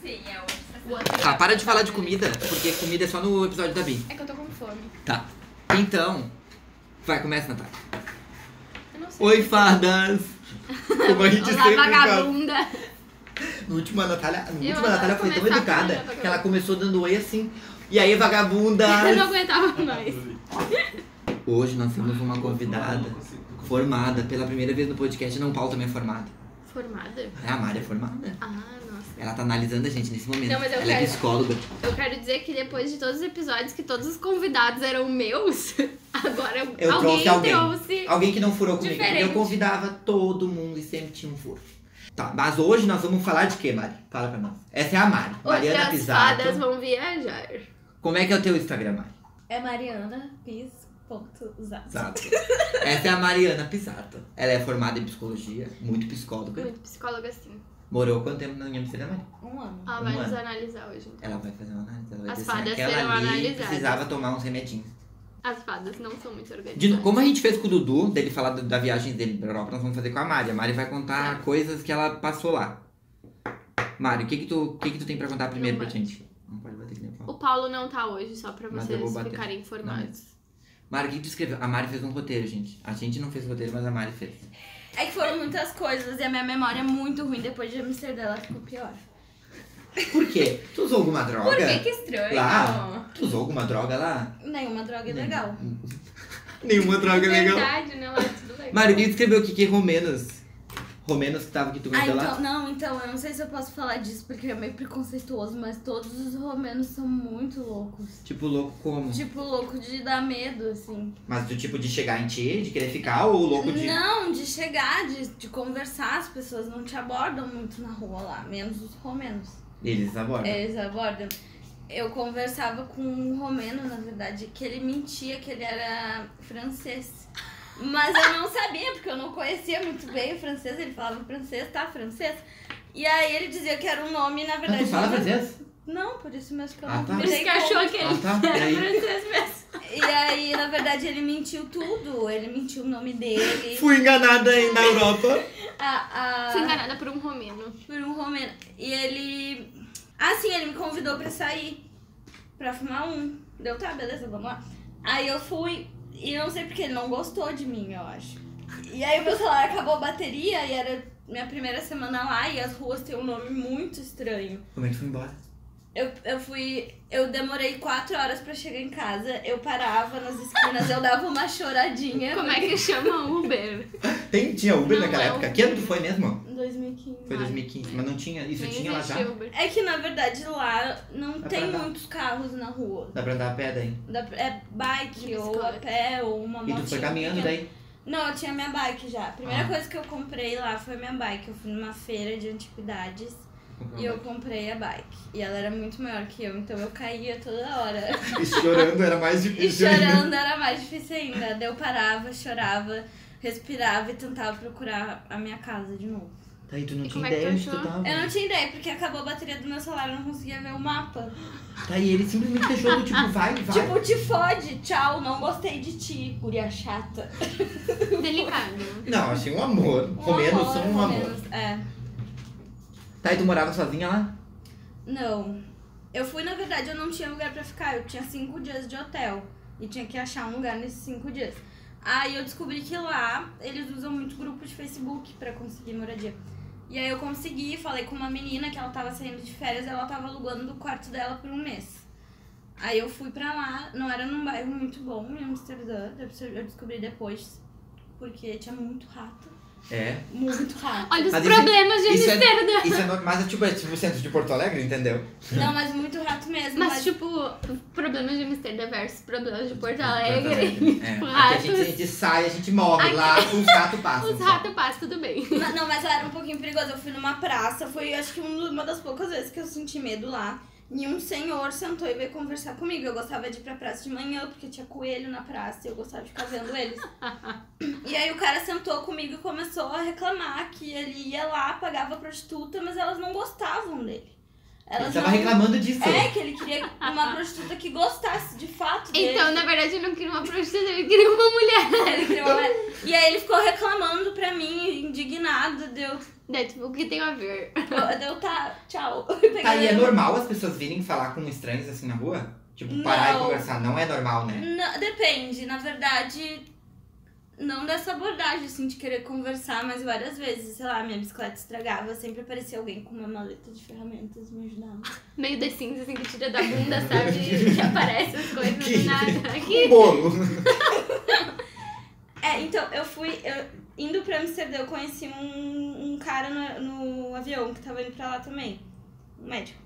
Sim, é outra. Tá, para de falar de comida, porque comida é só no episódio da Bi. É que eu tô com fome. Tá. Então, vai, começa, Natália. Eu não sei. Oi, fardas! Como a gente Olá, sempre fala. vagabunda. No último, a Natália, no Eu último, a Natália adoro foi tão começar educada falando pra que ela começou dando oi assim. E aí, vagabunda! Eu não aguentava mais. Hoje nós temos uma convidada formada. Pela primeira vez no podcast, não pauta minha formada. Formada? É, a Mari é formada. Ah, nossa. Ela tá analisando a gente nesse momento. Não, mas eu ela é quero. psicóloga. Eu quero dizer que depois de todos os episódios que todos os convidados eram meus, agora Eu alguém trouxe alguém. trouxe. Alguém que não furou comigo. Diferente. Eu convidava todo mundo e sempre tinha um furo. Tá, mas hoje nós vamos falar de quê, Mari? Fala pra nós. Essa é a Mari. Hoje Mariana as Pisato. fadas vão viajar. Como é que é o teu Instagram, Mari? É Mariana Pis.zato. Exato. Essa é a Mariana Pisato. Ela é formada em psicologia, muito psicóloga. Hum, Muito psicóloga assim. Morou quanto tempo em Amsterdã, Mari? Um ano. Ela vai Uma. nos analisar hoje. então. Ela vai fazer uma análise. Ela vai As dizer fadas assim, aquela serão ali analisadas. precisava tomar uns remedinhos. As fadas não são muito organizadas. De no- como a gente fez com o Dudu, dele falar da, da viagem dele pra Europa, nós vamos fazer com a Mari. A Mari vai contar coisas que ela passou lá. Mari, o que que tu, o que que tu tem pra contar primeiro Não pra bate. gente? Não pode bater que nem eu falo. O Paulo não tá hoje, só pra Mas eu vocês vou bater. ficarem informados. Mari, o que que tu escreveu? A Mari fez um roteiro, gente. A gente não fez o roteiro, mas a Mari fez. É que foram muitas coisas e a minha memória é muito ruim. Depois de Amsterdã, ela ficou pior. Por quê? Tu usou alguma droga? Por que que estranho? Lá? Tu usou alguma droga lá? é Nenhuma droga é ilegal. Nenhuma droga Verdade, né? Lá é tudo legal. Mari, quem escreveu o que que romenos? Romenos que tava aqui, tu Ah, comentou é lá? então, não, então, eu não sei se eu posso falar disso porque é meio preconceituoso, mas todos os romenos são muito loucos. Tipo, louco como? Tipo, louco de dar medo, assim. Mas do tipo de chegar em ti, de querer ficar, ou louco de... Não, de chegar, de, de conversar, as pessoas não te abordam muito na rua lá, menos os romenos. Eles abordam. Eles abordam. Eu conversava com um romeno, na verdade, que ele mentia que ele era francês. Mas eu não sabia, porque eu não conhecia muito bem o francês. Ele falava francês, tá, francês. E aí ele dizia que era um nome, e, na Ah, verdade. tu fala não- francês? Não, por isso mesmo que eu Ah, não tá. Por sei isso que como. achou que ele Ah, tá. E aí? era francês mesmo. E aí, na verdade, ele mentiu tudo. Ele mentiu o nome dele. Fui enganada aí na Europa. A, a... tá. Fui enganada por um romeno. por um romeno. E ele. Ah, sim, ele me convidou pra sair. Pra fumar um. Deu, tá, beleza, vamos lá. Aí eu fui. E eu não sei porque ele não gostou de mim, eu acho. E aí o meu celular acabou a bateria e era minha primeira semana lá e as ruas têm um nome muito estranho. Como é que foi embora? Eu, eu fui. Eu demorei quatro horas pra chegar em casa. Eu parava nas esquinas, eu dava uma choradinha. Como é que chama Uber? Tem, tinha Uber Não, naquela é época. o- Que ano tu foi mesmo? 2015. Foi Ai, 2015, mas não tinha. Isso Nem tinha lá já? existe Uber. É que na verdade lá não Dá tem É pra dar. muitos carros na rua. Dá pra andar a pé daí. Da- é bike, De ou a bicicleta. pé, ou uma E moto. tu foi caminhando daí. Não, eu tinha minha bike já. A primeira Ah. coisa que eu comprei lá foi minha bike. Eu fui numa feira de antiguidades e eu comprei a bike. E ela era muito maior que eu, então eu caía toda hora. E chorando era mais E chorando era mais difícil ainda. Daí eu parava, chorava, respirava e tentava procurar a minha casa de novo. Daí Tá, tu não E tinha como é que ideia tu onde tu achou? tava. Eu não tinha ideia, porque acabou a bateria do meu celular, eu não conseguia ver o mapa. Daí Tá, ele simplesmente deixou do tipo, vai, vai. Tipo, te fode, tchau, não gostei de ti, guria chata. Delicado. Não, achei um amor. Um Romenos são um amor. romenos, É. Tá, e tu morava sozinha lá? Não. Eu fui, na verdade, eu não tinha lugar pra ficar. Eu tinha cinco dias de hotel. E tinha que achar um lugar nesses cinco dias. Aí eu descobri que lá eles usam muito grupo de Facebook pra conseguir moradia. E aí eu consegui, falei com uma menina que ela tava saindo de férias ela tava alugando o quarto dela por um mês. Aí eu fui pra lá, não era num bairro muito bom em Amsterdã, depois eu descobri depois, porque tinha muito rato. É. Muito rato. Olha os Mas isso- problemas de isso é- Amsterdã. Isso é normal. Mas é tipo, é tipo o centro de Porto Alegre, entendeu? Não, mas muito rato mesmo. Mas, tipo, problemas de Amsterdã versus problemas de Porto Porto Alegre. Alegre. É. Tipo, Aqui a, gente, a ratos. gente sai, a gente morre. Lá os gatos passam. Os ratos passam tudo bem. Ma- não, mas ela era um pouquinho perigosa. Eu fui numa praça, foi acho que um- uma das poucas vezes que eu senti medo lá. E um senhor sentou e veio conversar comigo. Eu gostava de ir pra praça de manhã, porque tinha coelho na praça e eu gostava de ficar vendo eles. e aí o cara sentou comigo e começou a reclamar que ele ia lá, pagava prostituta, mas elas não gostavam dele. Ele Elas tava não- reclamando disso. É, que ele queria uma prostituta que gostasse de fato dele. Então, né? Então, na verdade, eu não queria uma prostituta, eu queria uma mulher. Ele criou uma- E aí ele ficou reclamando pra mim, indignado, deu. Daí, tipo, o que tem a ver? Deu tá, tchau. Peguei Tá, e é ele. normal as pessoas virem falar com estranhos assim na rua? Tipo, parar e Não. conversar. Não é normal, né? Não, depende, na verdade, não dessa abordagem, assim, de querer conversar, mas várias vezes, sei lá, minha bicicleta estragava, sempre aparecia alguém com uma maleta de ferramentas me ajudava. Meio das cinzas, assim, que tira da bunda, sabe? Que aparece as coisas Que- do nada. Um Aqui. bolo. É, então, eu fui, eu- indo pra Amsterdã, eu conheci um, um cara no, no avião que tava indo pra lá também, um médico.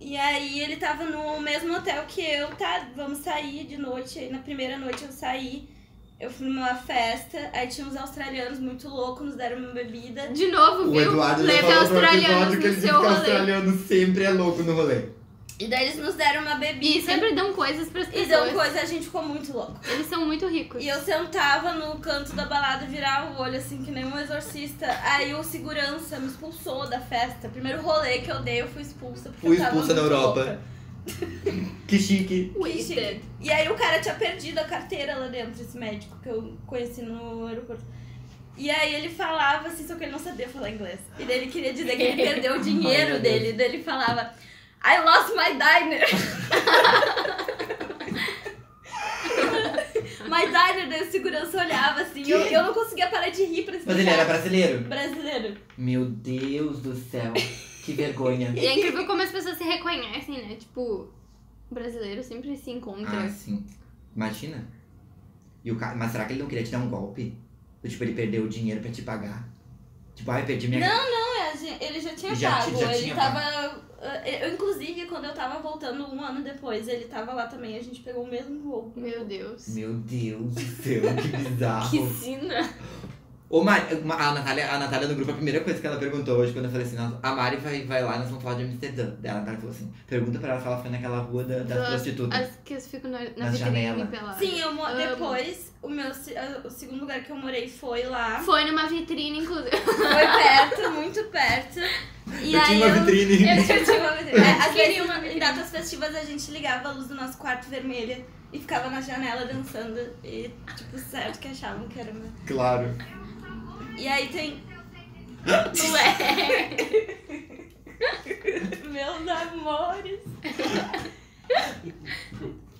E aí ele tava no mesmo hotel que eu, tá, vamos sair de noite, aí na primeira noite eu saí, eu fui numa festa, aí tinha uns australianos muito loucos, nos deram uma bebida. De novo, O viu? Eduardo já Leve falou pro australianos Eduardo que no ele disse que seu rolê. australiano sempre é louco no rolê. E daí eles nos deram uma bebida. E sempre dão coisas pras E pessoas. deu coisa, a gente ficou muito louco. Eles são muito ricos. E eu sentava no canto da balada e virava o olho, assim, que nem um exorcista. Aí o segurança me expulsou da festa. Primeiro rolê que eu dei, eu fui expulsa. Porque Fui eu tava expulsa da muito Europa. louca. Que chique. Wasted. E aí o cara tinha perdido a carteira lá dentro, esse médico que eu conheci no aeroporto. E aí ele falava assim, só que ele não sabia falar inglês. E daí ele queria dizer que ele perdeu o Ai, dinheiro meu dele. Daí ele falava, I lost my diner. my diner, daí o segurança olhava assim, eu, eu não conseguia parar de rir pra esse Mas ele era brasileiro? brasileiro. Meu Deus do céu. Que vergonha. E é incrível como as pessoas se reconhecem, né? Tipo, o brasileiro sempre se um encontra. Ah, sim. Imagina. E o cara, mas será que ele não queria te dar um golpe? Do Tipo, ele perdeu o dinheiro pra te pagar. Tipo, ai, perdi minha. Não, não, é, gente, ele já tinha Já ti- pago. já ele tinha tava. eh, Eu, inclusive, quando eu tava voltando um ano depois, ele tava lá também, a gente pegou o mesmo voo. É. Meu Deus. Meu Deus do céu, que bizarro. Que sina. Ô, Mari, uma- a, Natália, a Natália no grupo, a primeira coisa que ela perguntou hoje, quando eu falei assim, "Nossa, a Mari vai, vai lá e nós vamos falar de Amsterdã. Daí a Natália falou assim, pergunta pra ela se ela foi naquela rua da, das Pelas- prostitutas. assim, As que ficam na, na Na janela. vitrine pelada. Sim, eu mo- Amo. depois, o meu se- eh, o segundo lugar que eu morei foi é. lá. Foi numa vitrine, inclusive. Foi perto, muito perto. E aí eu. vitrine. Eu tinha- tinha uma vitrine. É, Às Adquiri vezes, uma em datas festivas, a gente ligava a luz do nosso quarto vermelha e ficava na janela dançando. E, tipo, certo que achavam que era uma. Claro. E aí tem. Ué. Meus amores.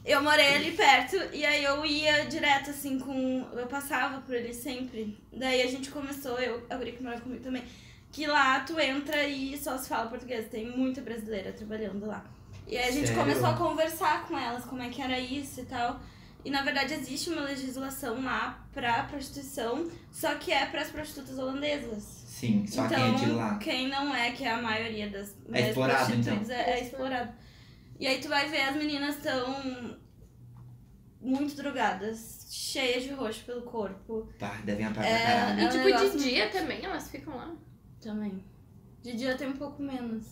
Eu morei ali perto e aí eu ia direto assim com. Eu passava por ele sempre. Daí a gente começou, eu, a Guri que morava comigo também, que lá tu entra e só se fala português. Tem muita brasileira trabalhando lá. E aí a gente Sério? começou a conversar com elas, como é que era isso e tal. E na verdade existe uma legislação lá pra prostituição, só que é pras prostitutas holandesas. Sim, só então, quem é de lá. quem não é, que é a maioria das mulheres explorado, então. prostituídas, é, é explorado. E aí tu vai ver as meninas estão muito drogadas, cheias de roxo pelo corpo. Pá, devem apagar pra caralho. É E um tipo, negócio de dia também elas ficam lá. Também. De dia tem um pouco menos.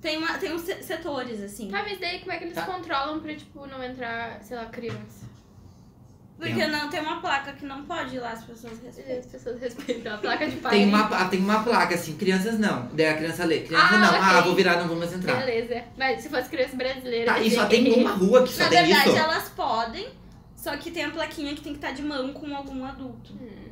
Tem, uma, tem uns se- setores, assim. Tá, mas daí como é que eles Tá. controlam pra, tipo, não entrar, sei lá, criança? um- Porque não tem uma placa que não pode ir lá, as pessoas respeitam. As pessoas respeitam a placa de pai. Tem uma, pla- tem uma placa assim, crianças não. Daí a criança lê, criança Ah, não, ah, ok. vou virar, não vou mais entrar. Beleza. Mas se fosse criança brasileira... Tá, e só tem uma rua que só Na tem verdade, isso. elas podem, só que tem a plaquinha que tem que estar de mão com algum adulto. Hum,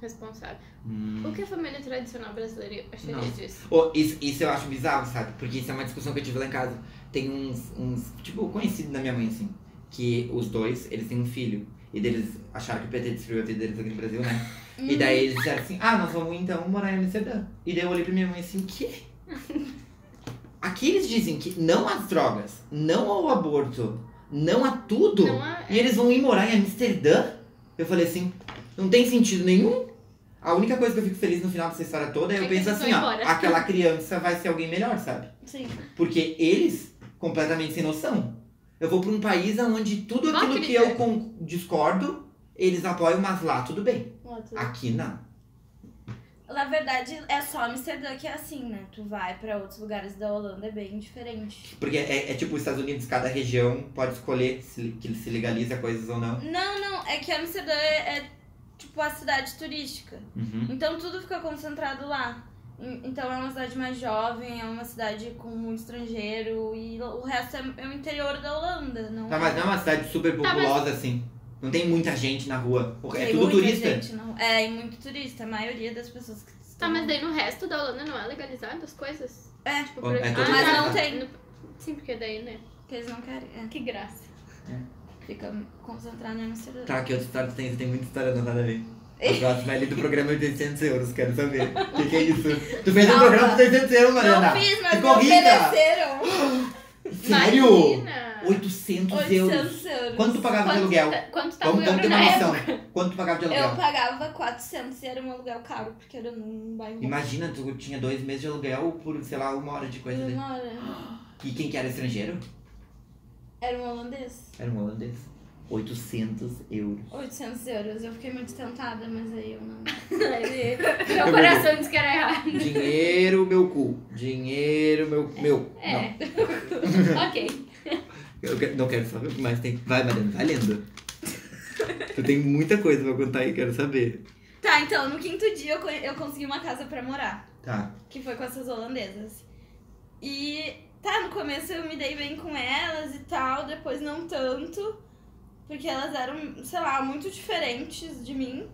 responsável. Hum. O que a família tradicional brasileira acharia Não. disso? Ô, isso, isso eu acho bizarro, sabe? Porque isso é uma discussão que eu tive lá em casa. Tem uns, uns tipo, conhecido da minha mãe, assim, que os dois, eles têm um filho. E deles acharam que o PT destruiu a vida deles aqui no Brasil, né? E daí eles disseram assim, ah, nós vamos então morar em Amsterdã. E daí eu olhei pra minha mãe assim, que? Aqui eles dizem que não às drogas, não ao aborto, não a tudo. Não há- E eles vão ir morar em Amsterdã? Eu falei assim, não tem sentido nenhum. A única coisa que eu fico feliz no final dessa história toda é É eu que penso eles vão assim, ó, embora. aquela criança vai ser alguém melhor, sabe? Sim. Porque eles, completamente sem noção. Eu vou pra um país onde tudo Não aquilo que eu con- discordo, eles apoiam, mas lá tudo bem. Hum. Aqui não. Na verdade, é só Amsterdã que é assim, né? Tu vai pra outros lugares da Holanda, é bem diferente. Porque é, é tipo os Estados Unidos, cada região pode escolher se, que se legaliza coisas ou não. Não, não, é que Amsterdã é, é, tipo a cidade turística. Uhum. Então tudo fica concentrado lá. En- Então é uma cidade mais jovem, é uma cidade com muito estrangeiro e o resto é, é o interior da Holanda, não? Tá, Tá, mas não é uma cidade super populosa assim. Não tem muita gente na rua. porque É Tem tudo muita turista. gente na- É, e muito turista. A maioria das pessoas que Tá, estão... mas daí no resto da Holanda não é legalizado as coisas? É. Tipo, Bom, é todo Mas tá. não tem. No- Sim, porque daí, né? Porque eles não querem. É. Que graça. Fica concentrado em Amsterdã. Tá, que outros estados tem, tem muita história nada a ver. A próxima é ali do programa de 800 euros, quero saber. O que, que é isso? Tu fez um Calma. programa de 800 euros, Não Mariana? fiz, mas me Ficou rica! ofereceram. Sério? Imagina! 800, euros. 800 euros. Quanto tu pagava de Quanto, aluguel? tá- quanto tá o Vamos, um vamos ter euro na uma noção. época? Quanto tu pagava de aluguel? Eu pagava 400 e era um aluguel caro, porque era num bairro. Imagina, tu tinha dois meses de aluguel por, sei lá, uma hora de coisa. dele. Uma hora. E quem que era estrangeiro? né? Era um holandês. Era um holandês. 800 euros. 800 euros. Eu fiquei muito tentada, mas aí eu não. Meu coração disse que era errado. Dinheiro, meu cu. Dinheiro, meu. Meu. Não. É. ok. Eu que- não quero saber o que mais tem. Vai, Mariana, vai lendo. Tu tem muita coisa pra contar aí, quero saber. Tá, então, no quinto dia eu, co- eu consegui uma casa pra morar, Tá. que foi com essas holandesas. E tá, no começo eu me dei bem com elas e tal, depois não tanto, porque elas eram, sei lá, muito diferentes de mim.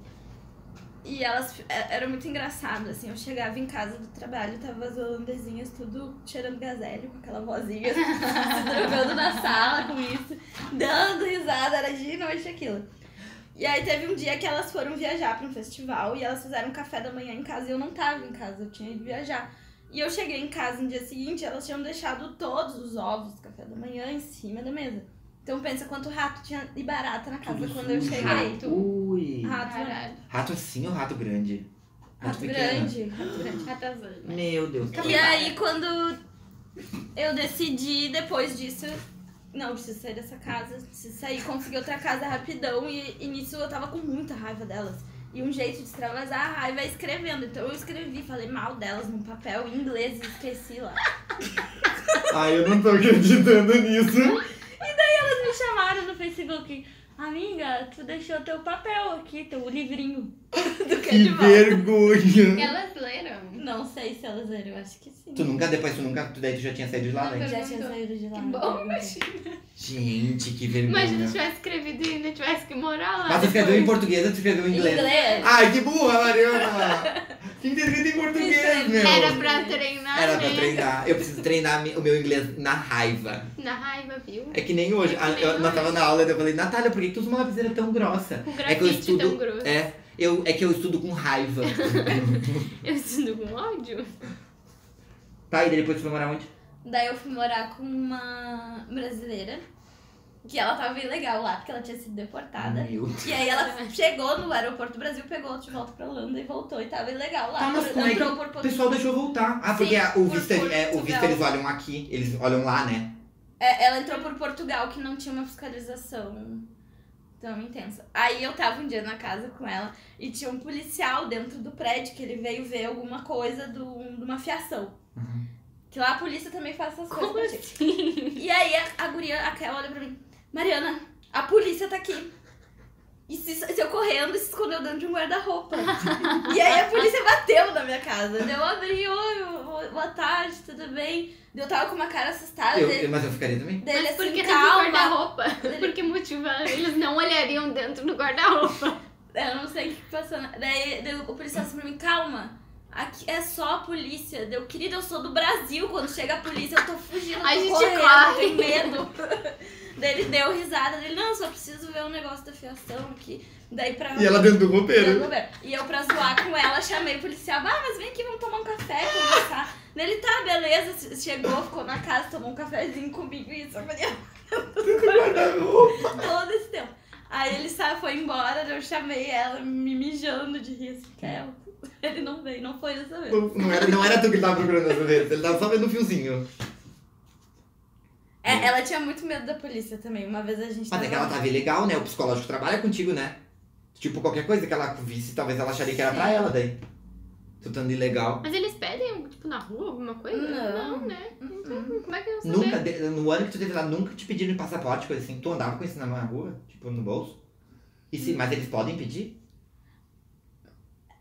E elas é- era muito engraçado, assim, eu chegava em casa do trabalho, tava as holandesinhas tudo cheirando gazelho, com aquela vozinha, se drogando na sala com isso, dando risada, era de noite aquilo. E aí teve um dia que elas foram viajar pra um festival e elas fizeram um café da manhã em casa e eu não tava em casa, eu tinha ido viajar. E eu cheguei em casa no dia seguinte, elas tinham deixado todos os ovos do café da manhã em cima da mesa. Então pensa quanto rato tinha e barata na casa Tudo Ah, quando eu sujo. cheguei. Rato. Ui. Rato, né? Caralho. Rato assim ou rato grande? rato pequeno? grande. é- Rato grande. Ratazana. Meu Deus. E aí, quando eu decidi, depois disso, não, preciso sair dessa casa, preciso sair, consegui outra casa rapidão. E, e nisso eu tava com muita raiva delas. E um jeito de extravasar a raiva é escrevendo. Então eu escrevi, falei mal delas num papel em inglês e esqueci lá. Ai, eu não tô acreditando nisso. Elas me chamaram no Facebook. Amiga, tu deixou teu papel aqui, teu livrinho. Do Que vergonha. Elas leram. Não sei se elas eram, eu acho que sim. Tu nunca, depois tu nunca, tu daí tu já tinha saído de lá, né? Nunca. Já tinha saído de lá. né? Que bom, mas Gente, que vergonha. Imagina se tivesse escrevido e ainda tivesse que morar lá. né? Mas tu escreveu em português ou tu escreveu em inglês? Inglês. Ai, que burra, Mariana! Tinha que ter é escrito em português, meu. Era pra treinar, Era pra né? treinar. Eu preciso treinar mi- o meu inglês na raiva. Na raiva, viu? É que nem hoje. A- eu, nós tava na aula e eu falei, Natália, por que que tu usa uma lapiseira tão grossa? Com É que eu grafite tão estudo. grosso. É, eu, é que eu estudo com raiva. Eu estudo com ódio. tá, e daí depois tu foi morar onde? Daí eu fui morar com uma brasileira, que ela tava ilegal lá, porque ela tinha sido deportada. Meu Deus. E aí ela chegou no aeroporto do Brasil, pegou de volta pra Holanda e voltou e tava ilegal lá. Tá, mas como é que Entrou por O Portugal. pessoal deixou voltar. Ah, Sim, porque a- o, por visto, ele- é, o Portugal. visto eles olham aqui, eles olham lá, né? É, ela entrou por Portugal, que não tinha uma fiscalização tão intensa. Aí eu tava um dia na casa com ela e tinha um policial dentro do prédio que ele veio ver alguma coisa do, de uma fiação. Uhum. assim? Que lá a polícia também faz essas Como assim? coisas. pra gente. E aí a, a guria, a Kel, olha pra mim: Mariana, a polícia tá aqui. E se, se eu correndo, se escondeu dentro de um guarda-roupa. e aí a polícia bateu na minha casa. Daí Eu abri, oi, oi, boa tarde, tudo bem? Daí Eu tava com uma cara assustada. Eu, daí- eu- mas eu ficaria também. daí ele Mas é por assim, que dentro calma. do guarda-roupa? Por que motivo eles não olhariam dentro do guarda-roupa? É, Eu não sei o que que passou. na- Daí, daí o policial disse pra mim, calma. Aqui é só a polícia. Deu, querida, eu sou do Brasil. Quando chega a polícia, eu tô fugindo, eu A tô gente correndo, corre." tenho medo. daí ele deu risada, dele, não, só preciso ver um negócio da fiação aqui. Daí pra. dentro do Deu no Uber. E eu pra zoar com ela, chamei o policial. Ah, mas vem aqui, vamos tomar um café, conversar. Daí Ele tá, beleza. che- Chegou, ficou na casa, tomou um cafezinho comigo e isso. Eu falei, todo esse tempo. Aí ele sa- foi embora, eu chamei ela, me mijando de rir assim, Kel. Ele não veio, não foi dessa vez. Não era, não era tu que tava procurando essa vez, ele tava só vendo o fiozinho. É, ela tinha muito medo da polícia também. Uma vez a gente Mas é que ela tava ilegal, né? O psicológico trabalha contigo, né? Tipo, qualquer coisa que ela visse, talvez ela acharia que era pra ela daí. Tu estando ilegal. Mas eles pedem, tipo, na rua, alguma coisa? Não. né? Uhum. Então, como é que eu sei? Hum. Nunca, de- no ano que tu teve lá, nunca te pediram passaporte, coisa assim. Tu andava com isso na rua, tipo, no bolso? E se, mas eles podem pedir?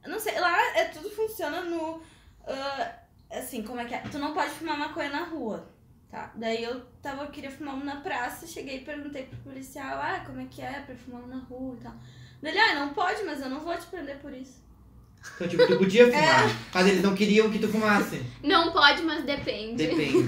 Eu Não sei, lá é, tudo funciona no. ah, assim, como é que é? Tu não pode fumar maconha na rua. Tá. Daí eu tava, queria fumar um na praça, cheguei e perguntei pro policial, ah, como é que é pra fumar um na rua e tal. Ele, ah, não pode, mas eu não vou te prender por isso. Então, tipo, tu podia fumar, mas eles não queriam que tu fumasse. Não pode, mas depende. Depende.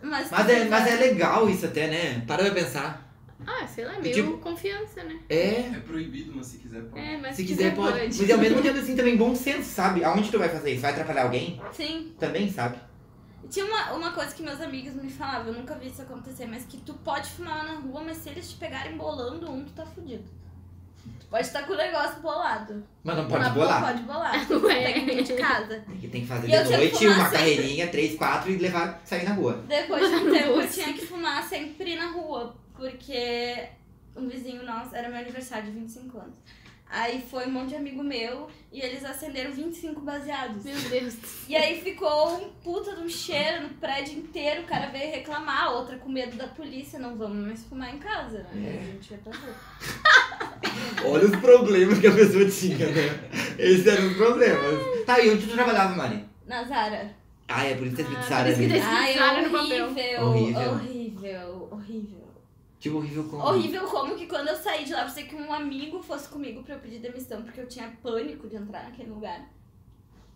Mas, Mas é, mas é legal isso até, né? Para pra pensar. Ah, sei lá, meio Tipo- confiança, né? É, É proibido, mas se quiser pode. É, mas se quiser pode. Mas ao mesmo tempo, assim, também bom senso, sabe? Aonde tu vai fazer isso? Vai atrapalhar alguém? Sim. Também, sabe? E Tinha uma, uma coisa que meus amigos me falavam, eu nunca vi isso acontecer, mas que tu pode fumar na rua, mas se eles te pegarem bolando um, tu tá fudido. Tu pode estar com o negócio bolado. Mas não Na pode rua bolar. Pode bolar. Ué. Tem que ir é. de casa. Tem que- Tem que fazer E eu de tinha que noite fumar uma sempre. carreirinha, três, quatro e levar, sair na rua. Depois de um Não tempo eu consigo. tinha que fumar sempre na rua, porque um vizinho nosso, era meu aniversário de 25 anos. Aí foi um monte de amigo meu e eles acenderam 25 baseados. Meu Deus. do céu. E aí ficou um puta de um cheiro no prédio inteiro, o cara veio reclamar, a outra com medo da polícia, não vamos mais fumar em casa, né? A gente ia pra rua. Olha os problemas que a pessoa tinha, né? Esses eram os problemas. Tá, e onde tu trabalhava, Mari? Na Zara. Ah, é por isso que tá escrito Ah, Sara, por isso que né? Esse Zara no papel. horrível, Horrível. horrível, horrível. Tipo, horrível como? Horrível como que quando eu saí de lá, pensei que um amigo fosse comigo pra eu pedir demissão, porque eu tinha pânico de entrar naquele lugar.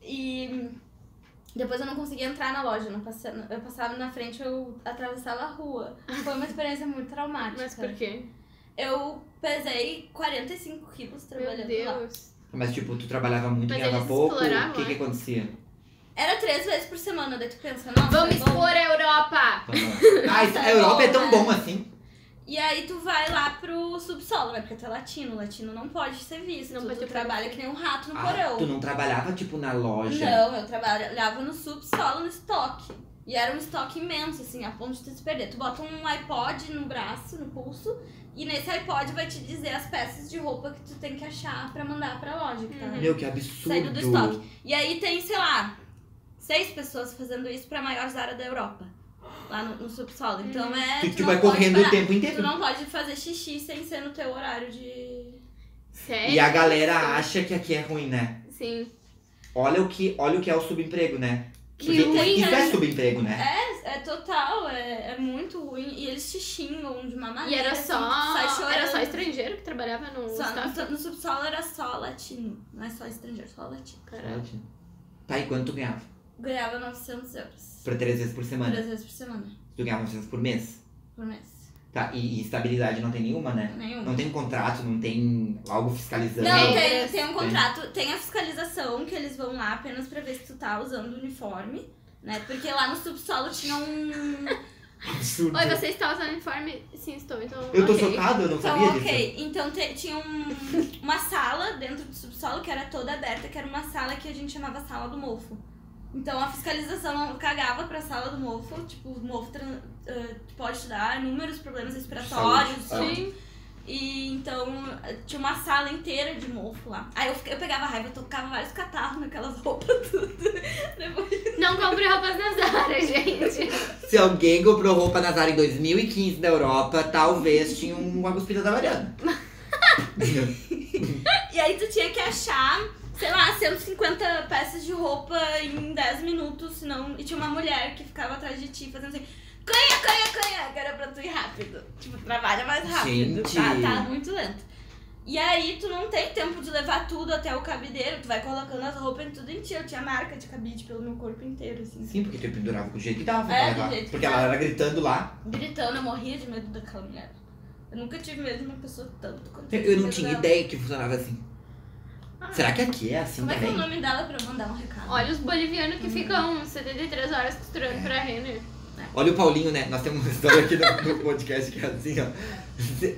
E depois eu não conseguia entrar na loja, eu não passa- eu passava na frente, eu atravessava a rua. Foi uma experiência muito traumática. Mas por quê? Eu pesei 45 quilos Meu trabalhando lá. Deus. Mas tipo, tu trabalhava muito, Mas ganhava eles pouco, o exploravam, que que né? acontecia? Era três vezes por semana, daí tu pensa, nossa, Vamos é bom. expor a Europa! Vamos lá. Ah, isso- a É Europa bom, é tão né? bom assim. E aí tu vai lá pro subsolo, né? Porque tu é latino, latino não pode ser visto. Não tu pode ter trabalha que nem um rato no Ah, porão. tu não trabalhava, tipo, na loja? Não, eu trabalhava no subsolo, no estoque. E era um estoque imenso, assim, a ponto de tu se perder. Tu bota um iPod no braço, no pulso, e nesse iPod vai te dizer as peças de roupa que tu tem que achar pra mandar pra loja Uhum. que tá lá. Meu, que Saindo absurdo. do estoque. E aí tem, sei lá, seis pessoas fazendo isso pra maior Zara da Europa. Lá no, no subsolo. Então Uhum. é. Tu, tu não vai pode correndo parar. o tempo Tu inteiro. não pode fazer xixi sem ser no teu horário de. Sério? é E a galera acha que aqui é ruim, né? Sim. Olha o que, olha o que é o subemprego, né? Que Porque ruim, isso né? é subemprego, né? É, é total, é, é muito ruim. E eles te xingam de uma E maneira. era assim, só. que tu sai chorando. Era só estrangeiro que trabalhava no Só- staff. no, no subsolo era só latino, não é só estrangeiro, só latino. Caralho. Tá, e quanto tu ganhava? Ganhava 900 euros. Pra três vezes por semana. Três vezes por semana, Tu ganhava 900 por mês. por mês. Tá, e, e estabilidade não tem nenhuma, né? Nenhum. Não tem contrato, não tem algo fiscalizando. É Não, Tem. tem, tem um contrato, tem a fiscalização que eles vão lá apenas pra ver se tu tá usando o uniforme, né? Porque lá no subsolo tinha um. Absurdo. Oi, você está usando uniforme? Sim, estou, então. Eu tô ok. chocado, eu não Então, sabia disso. ok. Então te- tinha um- uma sala dentro do subsolo que era toda aberta, que era uma sala que a gente chamava sala do mofo. Então a fiscalização cagava pra sala do mofo, tipo, o mofo tran- eh, pode te dar inúmeros problemas respiratórios. Saúde. Sim. E então eh, tinha uma sala inteira de mofo lá. Aí eu, fica- eu pegava raiva, eu tocava vários catarros naquelas roupas tudo. Depois- Não compre roupas na Zara, gente. Se alguém comprou roupa na Zara em 2015 na Europa, talvez tinha uma cuspida da Mariana. E aí tu tinha que achar, sei lá, 150 peças de roupa em 10 minutos, senão. E tinha uma mulher que ficava atrás de ti fazendo assim. Canha, canha, canha! Que era pra tu ir rápido. Tipo, trabalha mais rápido. Gente. Tá, tá muito lento. E aí tu não tem tempo de levar tudo até o cabideiro, tu vai colocando as roupas em tudo em ti. Eu tinha marca de cabide pelo meu corpo inteiro, assim. Sim, porque tu pendurava com o jeito que dava. É, pra do levar. jeito que porque ela dava. era gritando lá. Gritando, eu morria de medo daquela mulher. Eu nunca tive medo de uma pessoa tanto quanto Eu, tive eu não medo tinha dela. ideia que funcionava assim. Será que aqui é assim Ah. Como é que é também? o nome dela pra eu mandar um recado? Olha os bolivianos que ficam 73 horas costurando pra Renner. Olha o Paulinho, né? Nós temos uma história aqui no, no podcast que é assim, ó.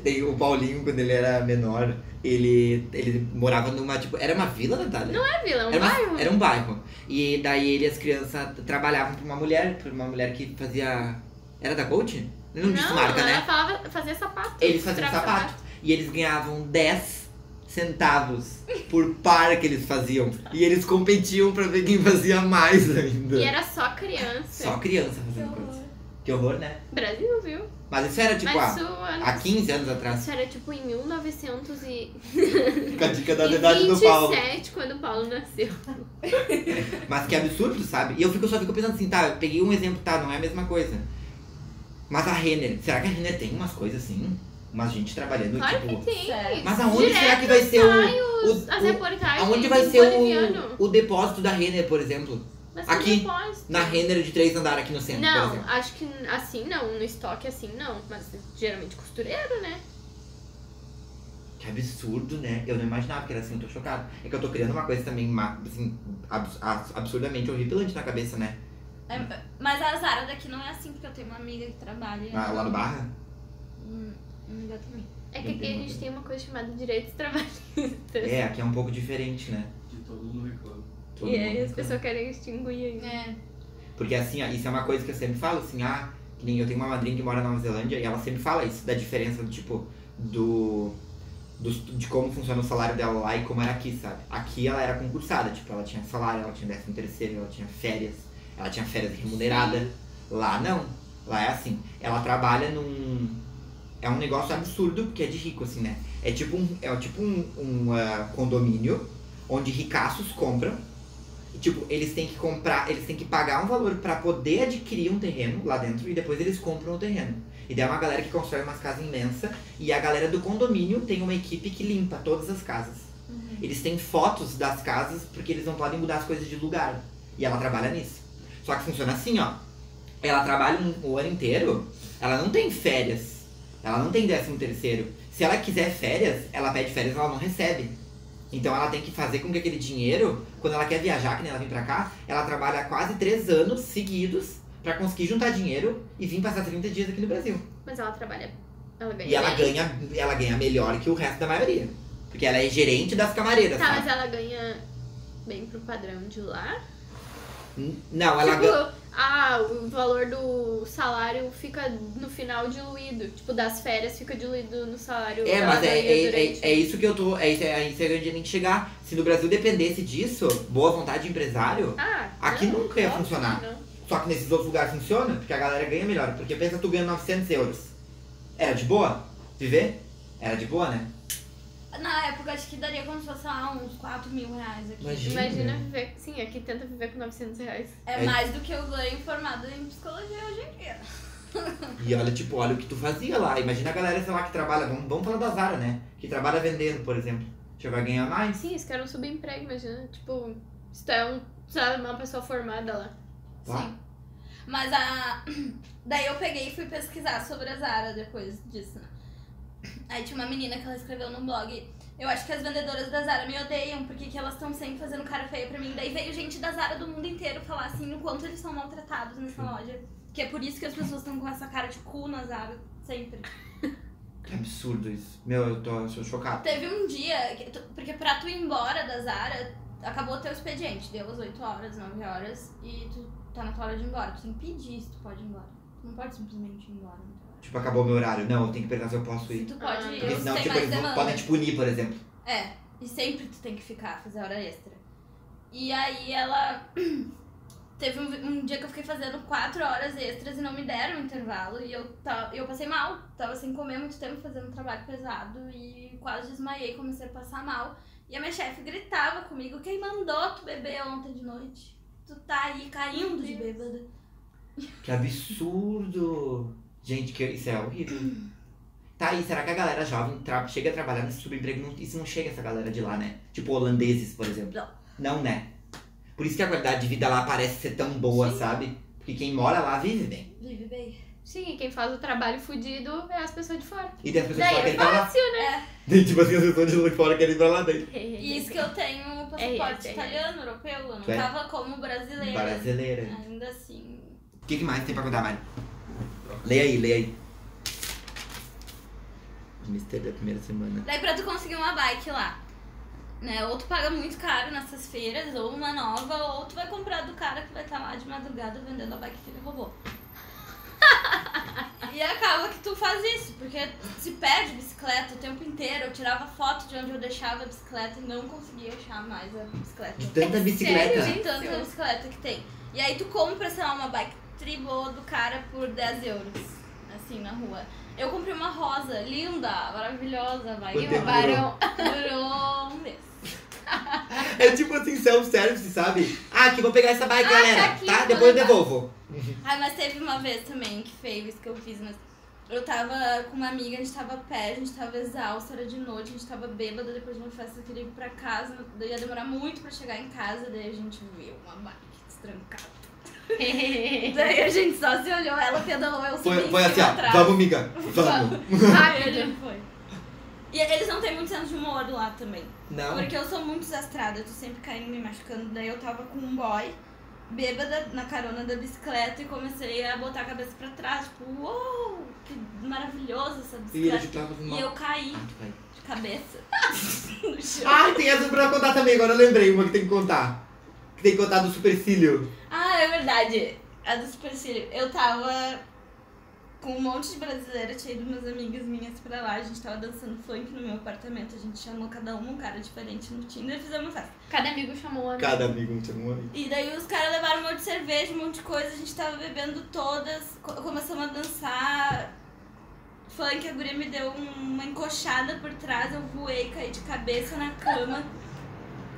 Tem o Paulinho, quando ele era menor, ele, ele morava numa, tipo, era uma vila, Natália? Não É vilão, era, uma- bairro? era um bairro. E daí ele e as crianças trabalhavam pra uma mulher, pra uma mulher que fazia. Era da Coach? Não, disse marca, um ela né? falava fazer sapato. Eles faziam Costurava sapato. E eles ganhavam 10 centavos por par que eles faziam. E eles competiam pra ver quem fazia mais ainda. E era só criança. Só criança Que fazendo horror. coisa. Que horror, né? Brasil, viu? Mas isso era tipo Mas há, isso, há 15 anos atrás. isso era tipo em 1900 e... Fica a dica da e idade do Paulo. 27, quando o Paulo nasceu. Mas que absurdo, sabe? E eu fico, só fico pensando assim, tá, eu peguei um exemplo, tá, não é a mesma coisa. Mas a Renner, será que a Renner tem umas coisas assim? Umas gente trabalhando, Claro tipo. que tem. sério. Mas aonde Direto será que vai ser o- sai os- o- as o- reportagens Aonde vai do ser boliviano. o, o depósito da Renner, por exemplo? Mas aqui, não posso. Na Renner de três andares aqui no centro, por Não, exemplo. acho que assim não, no estoque assim não, mas geralmente costureiro, né? Que absurdo, né? Eu não imaginava que era assim, eu tô chocado. É que eu tô criando uma coisa também, ma- assim, abs- abs- absurdamente horripilante na cabeça, né? É, mas a Zara daqui não é assim, porque eu tenho uma amiga que trabalha. Na- Ah, lá no Barra. Hum, Amiga também. É que Eu aqui a tenho gente uma- tem uma coisa chamada direitos trabalhistas. É, aqui é um pouco diferente, né? De todo mundo reclama. Todo E é aí mundo as reclama. pessoas querem extinguir ainda. É. Porque assim, ó, isso é uma coisa que eu sempre falo, assim, ah, que nem eu tenho uma madrinha que mora na Nova Zelândia e ela sempre fala isso, da diferença do tipo, do, dos- de como funciona o salário dela lá e como era aqui, sabe? Aqui ela era concursada, tipo, ela tinha salário, ela tinha décimo terceiro, ela tinha férias, ela tinha férias remunerada. Lá não, lá é assim, ela trabalha num. É um negócio absurdo, porque é de rico, assim, né? É tipo um, é tipo um, um ah, condomínio onde ricaços compram e, Tipo, eles têm que comprar, eles têm que pagar um valor pra poder adquirir um terreno lá dentro e depois eles compram o terreno. E daí é uma galera que constrói umas casas imensas e a galera do condomínio tem uma equipe que limpa todas as casas. Eles têm fotos das casas porque eles não podem mudar as coisas de lugar. E ela trabalha nisso. Só que funciona assim, ó. Ela trabalha um- o ano inteiro, ela não tem férias. Ela não tem décimo terceiro. Se ela quiser férias, ela pede férias, ela não recebe. Então ela tem que fazer com que aquele dinheiro, quando ela quer viajar, que nem ela vem pra cá, ela trabalha quase três anos seguidos pra conseguir juntar dinheiro e vir passar 30 dias aqui no Brasil. Mas ela trabalha. Ela ganha. E ela bem. ganha, ela ganha melhor que o resto da maioria. Porque ela é gerente das camareiras, Tá, sabe? mas ela ganha bem pro padrão de lá. N- Não, ela tipo, ganha. ah, o valor do salário fica no final diluído. Tipo, das férias fica diluído no salário. É, ela mas é, ganha é, é, durante- é isso que eu tô. É isso, é isso que a gente tem que chegar. Se no Brasil dependesse disso, boa vontade de empresário, Ah, aqui não, nunca ia óbvio que funcionar. não. Só que nesses outros lugares funciona, porque a galera ganha melhor. Porque pensa tu ganha 900 euros. Era de boa? Viver? Era de boa, né? Na época acho que daria como se fosse lá, uns 4 mil reais aqui. Imagina. Imagina viver. Sim, aqui tenta viver com 900 reais. É É. mais do que eu ganho formada em psicologia hoje em dia. E olha, tipo, olha o que tu fazia lá. Imagina a galera, sei lá, que trabalha. Vamos, vamos falar da Zara, né? Que trabalha vendendo, por exemplo. Já vai ganhar mais. Sim, isso que era um subemprego, imagina. Tipo, se tu é um, sabe, uma pessoa formada lá. Lá. Sim. Mas a. Daí eu peguei e fui pesquisar sobre a Zara depois disso, né? Aí tinha uma menina que ela escreveu no blog. Eu acho que as vendedoras da Zara me odeiam, porque que elas estão sempre fazendo cara feia pra mim. Daí veio gente da Zara do mundo inteiro falar assim o quanto eles são maltratados nessa loja. Que é por isso que as pessoas estão com essa cara de cu na Zara sempre. Que absurdo isso. Meu, eu tô, eu tô chocado. Teve um dia, que tu- porque pra tu ir embora da Zara, acabou teu expediente. Deu as 8 horas, 9 horas, e tu tá na tua hora de ir embora. Tu tem que pedir se tu pode ir embora. Tu não pode simplesmente ir embora. na tua hora. Tipo, acabou meu horário. Não, eu tenho que perguntar se eu posso Se ir. tu Ah, pode ir, Porque eu senão, sei tipo, mais eles não demanda. podem te punir, por exemplo. É, e sempre tu tem que ficar, fazer hora extra. E aí ela. Teve um, vi- um dia que eu fiquei fazendo 4 horas extras e não me deram intervalo. E eu, ta- eu passei mal. Tava sem comer muito tempo, fazendo um trabalho pesado. E quase desmaiei, comecei a passar mal. E a minha chefe gritava comigo: Quem mandou tu beber ontem de noite? Tu tá aí caindo de bêbada. Que absurdo! Gente, que, isso é horrível. Tá aí, será que a galera jovem tra- chega a trabalhar nesse subemprego? Não- isso não chega essa galera de lá, né? Tipo holandeses, por exemplo. Não. Não, né? Por isso que a qualidade de vida lá parece ser tão boa, sabe? Porque quem mora lá vive bem. Vive bem. Sim, e quem faz o trabalho fudido é as pessoas de fora. E tem as pessoas que Daí falam que é ele tá lá. fácil, né? Tem, tipo assim, as pessoas de lá de fora querem ir pra lá dentro. E isso que eu tenho o É, passaporte é, é. italiano, europeu. Eu não Tu é? tava como brasileira. Brasileira. Ainda assim. O que, que mais tem pra contar, Mari? Leia aí, leia aí. Mistério da primeira semana. Daí pra tu conseguir uma bike lá. Né? Ou tu paga muito caro nessas feiras, ou uma nova, ou tu vai comprar do cara que vai estar lá de madrugada vendendo a bike que ele roubou. e acaba que tu faz isso, porque se perde bicicleta o tempo inteiro. Eu tirava foto de onde eu deixava a bicicleta e não conseguia achar mais a bicicleta. De tanta bicicleta. De tanta bicicleta que tem. E aí tu compra, sei lá, uma bike tribô do cara por 10 euros, assim, na rua. Eu comprei uma rosa, linda, maravilhosa, vai. Quanto tempo roubaram durou? Durou um mês. É tipo assim, self-service, sabe? Ah, aqui, vou pegar essa bike, galera. tá aqui, tá? vou Depois eu levar. devolvo. Ai, mas teve uma vez também que feio isso que eu fiz, mas eu tava com uma amiga, a gente tava a pé, a gente tava exausta, era de noite, a gente tava bêbada depois de uma festa, queria ir pra casa, daí ia demorar muito pra chegar em casa, daí a gente viu uma bike destrancada. daí a gente só se olhou, ela pedalou, eu subi Foi, em foi cima assim, ó. atrás. Vamos, miga. Vamos. Rápido. Foi. E eles não têm muito senso de humor lá também. Não. Porque eu sou muito desastrada, eu tô sempre caindo, me machucando. Daí eu tava com um boy, bêbada, na carona da bicicleta e comecei a botar a cabeça pra trás. Tipo, uou, que maravilhoso essa E ele bicicleta. tava fazendo E mal. eu caí Ah, tu vai. de cabeça. no chão. Ah, tem essa pra contar também, agora eu lembrei uma que tem que contar. Que tem que contar do supercílio. Ah, é verdade. A do supercílio. Eu tava com um monte de brasileira, tinha ido umas amigas minhas pra lá. A gente tava dançando funk no meu apartamento. A gente chamou cada uma um cara diferente no Tinder e fizemos festa. Cada amigo chamou um amigo. Cada amigo tinha um amigo. E daí os caras levaram um monte de cerveja, um monte de coisa, a gente tava bebendo todas, co- começamos a dançar. Funk, a guria me deu um- uma encoxada por trás, eu voei, caí de cabeça na cama.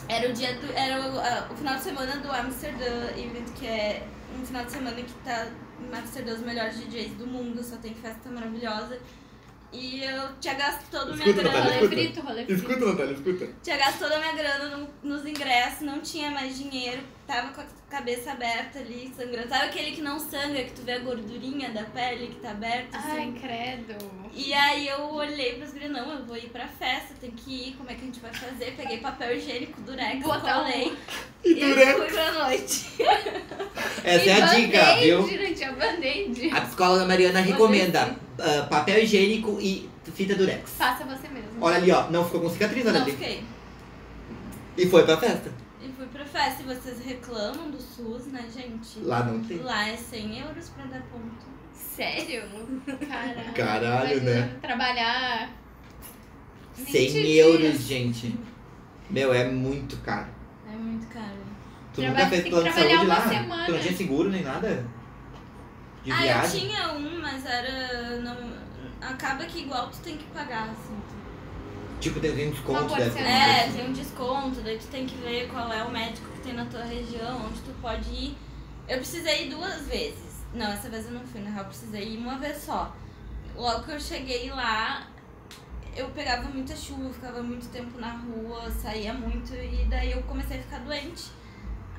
Era o dia do. Era o, a- o final de semana do Amsterdã Event, que é um final de semana que tá em Amsterdã os melhores DJs do mundo, só tem festa maravilhosa. E eu tinha gasto toda a minha Escuta, grana. Natália, Rolê escuta. frito, rolê frito. Escuta, Natália, escuta. Tinha gasto toda a minha grana no- nos ingressos, não tinha mais dinheiro, tava com a cabeça aberta ali, sangrando. Sabe aquele que não sangra, que tu vê a gordurinha da pele que tá aberta? Ai, Assim? credo. E aí eu olhei pras gurias, não, eu vou ir pra festa, tem que ir, como é que a gente vai fazer? Peguei papel higiênico, durex, Botar um- colei E e durante. fui pra noite. Essa E é a dica, band-aid, viu? gente, é band-aid. A psicóloga Mariana recomenda ah, papel higiênico e fita durex. Faça você mesmo. Olha ali, ó. Não ficou com cicatriz, olha Não, ali. fiquei. E foi pra festa. E fui pra festa. E vocês reclamam do SUS, né, gente? Lá não tem. Lá é 100 euros pra dar ponto. Sério? Caralho. Caralho, Imagina né? Trabalhar 100 20 euros, gente. Meu, é muito caro. É muito caro. Tu Trabalho- nunca tem fez que plano de trabalhar saúde lá? uma semana. Tu não tinha seguro nem nada? De ah, eu viagem? tinha um, mas era. Não, acaba que igual tu tem que pagar, assim. Tipo, tem um Uma desconto dessa. porcentagem. É, tem um desconto, daí tu tem que ver qual é o médico que tem na tua região, onde tu pode ir. Eu precisei ir duas vezes. Não, essa vez eu não fui, na real, eu precisei ir uma vez só. Logo que eu cheguei lá, eu pegava muita chuva, ficava muito tempo na rua, saía muito e daí eu comecei a ficar doente.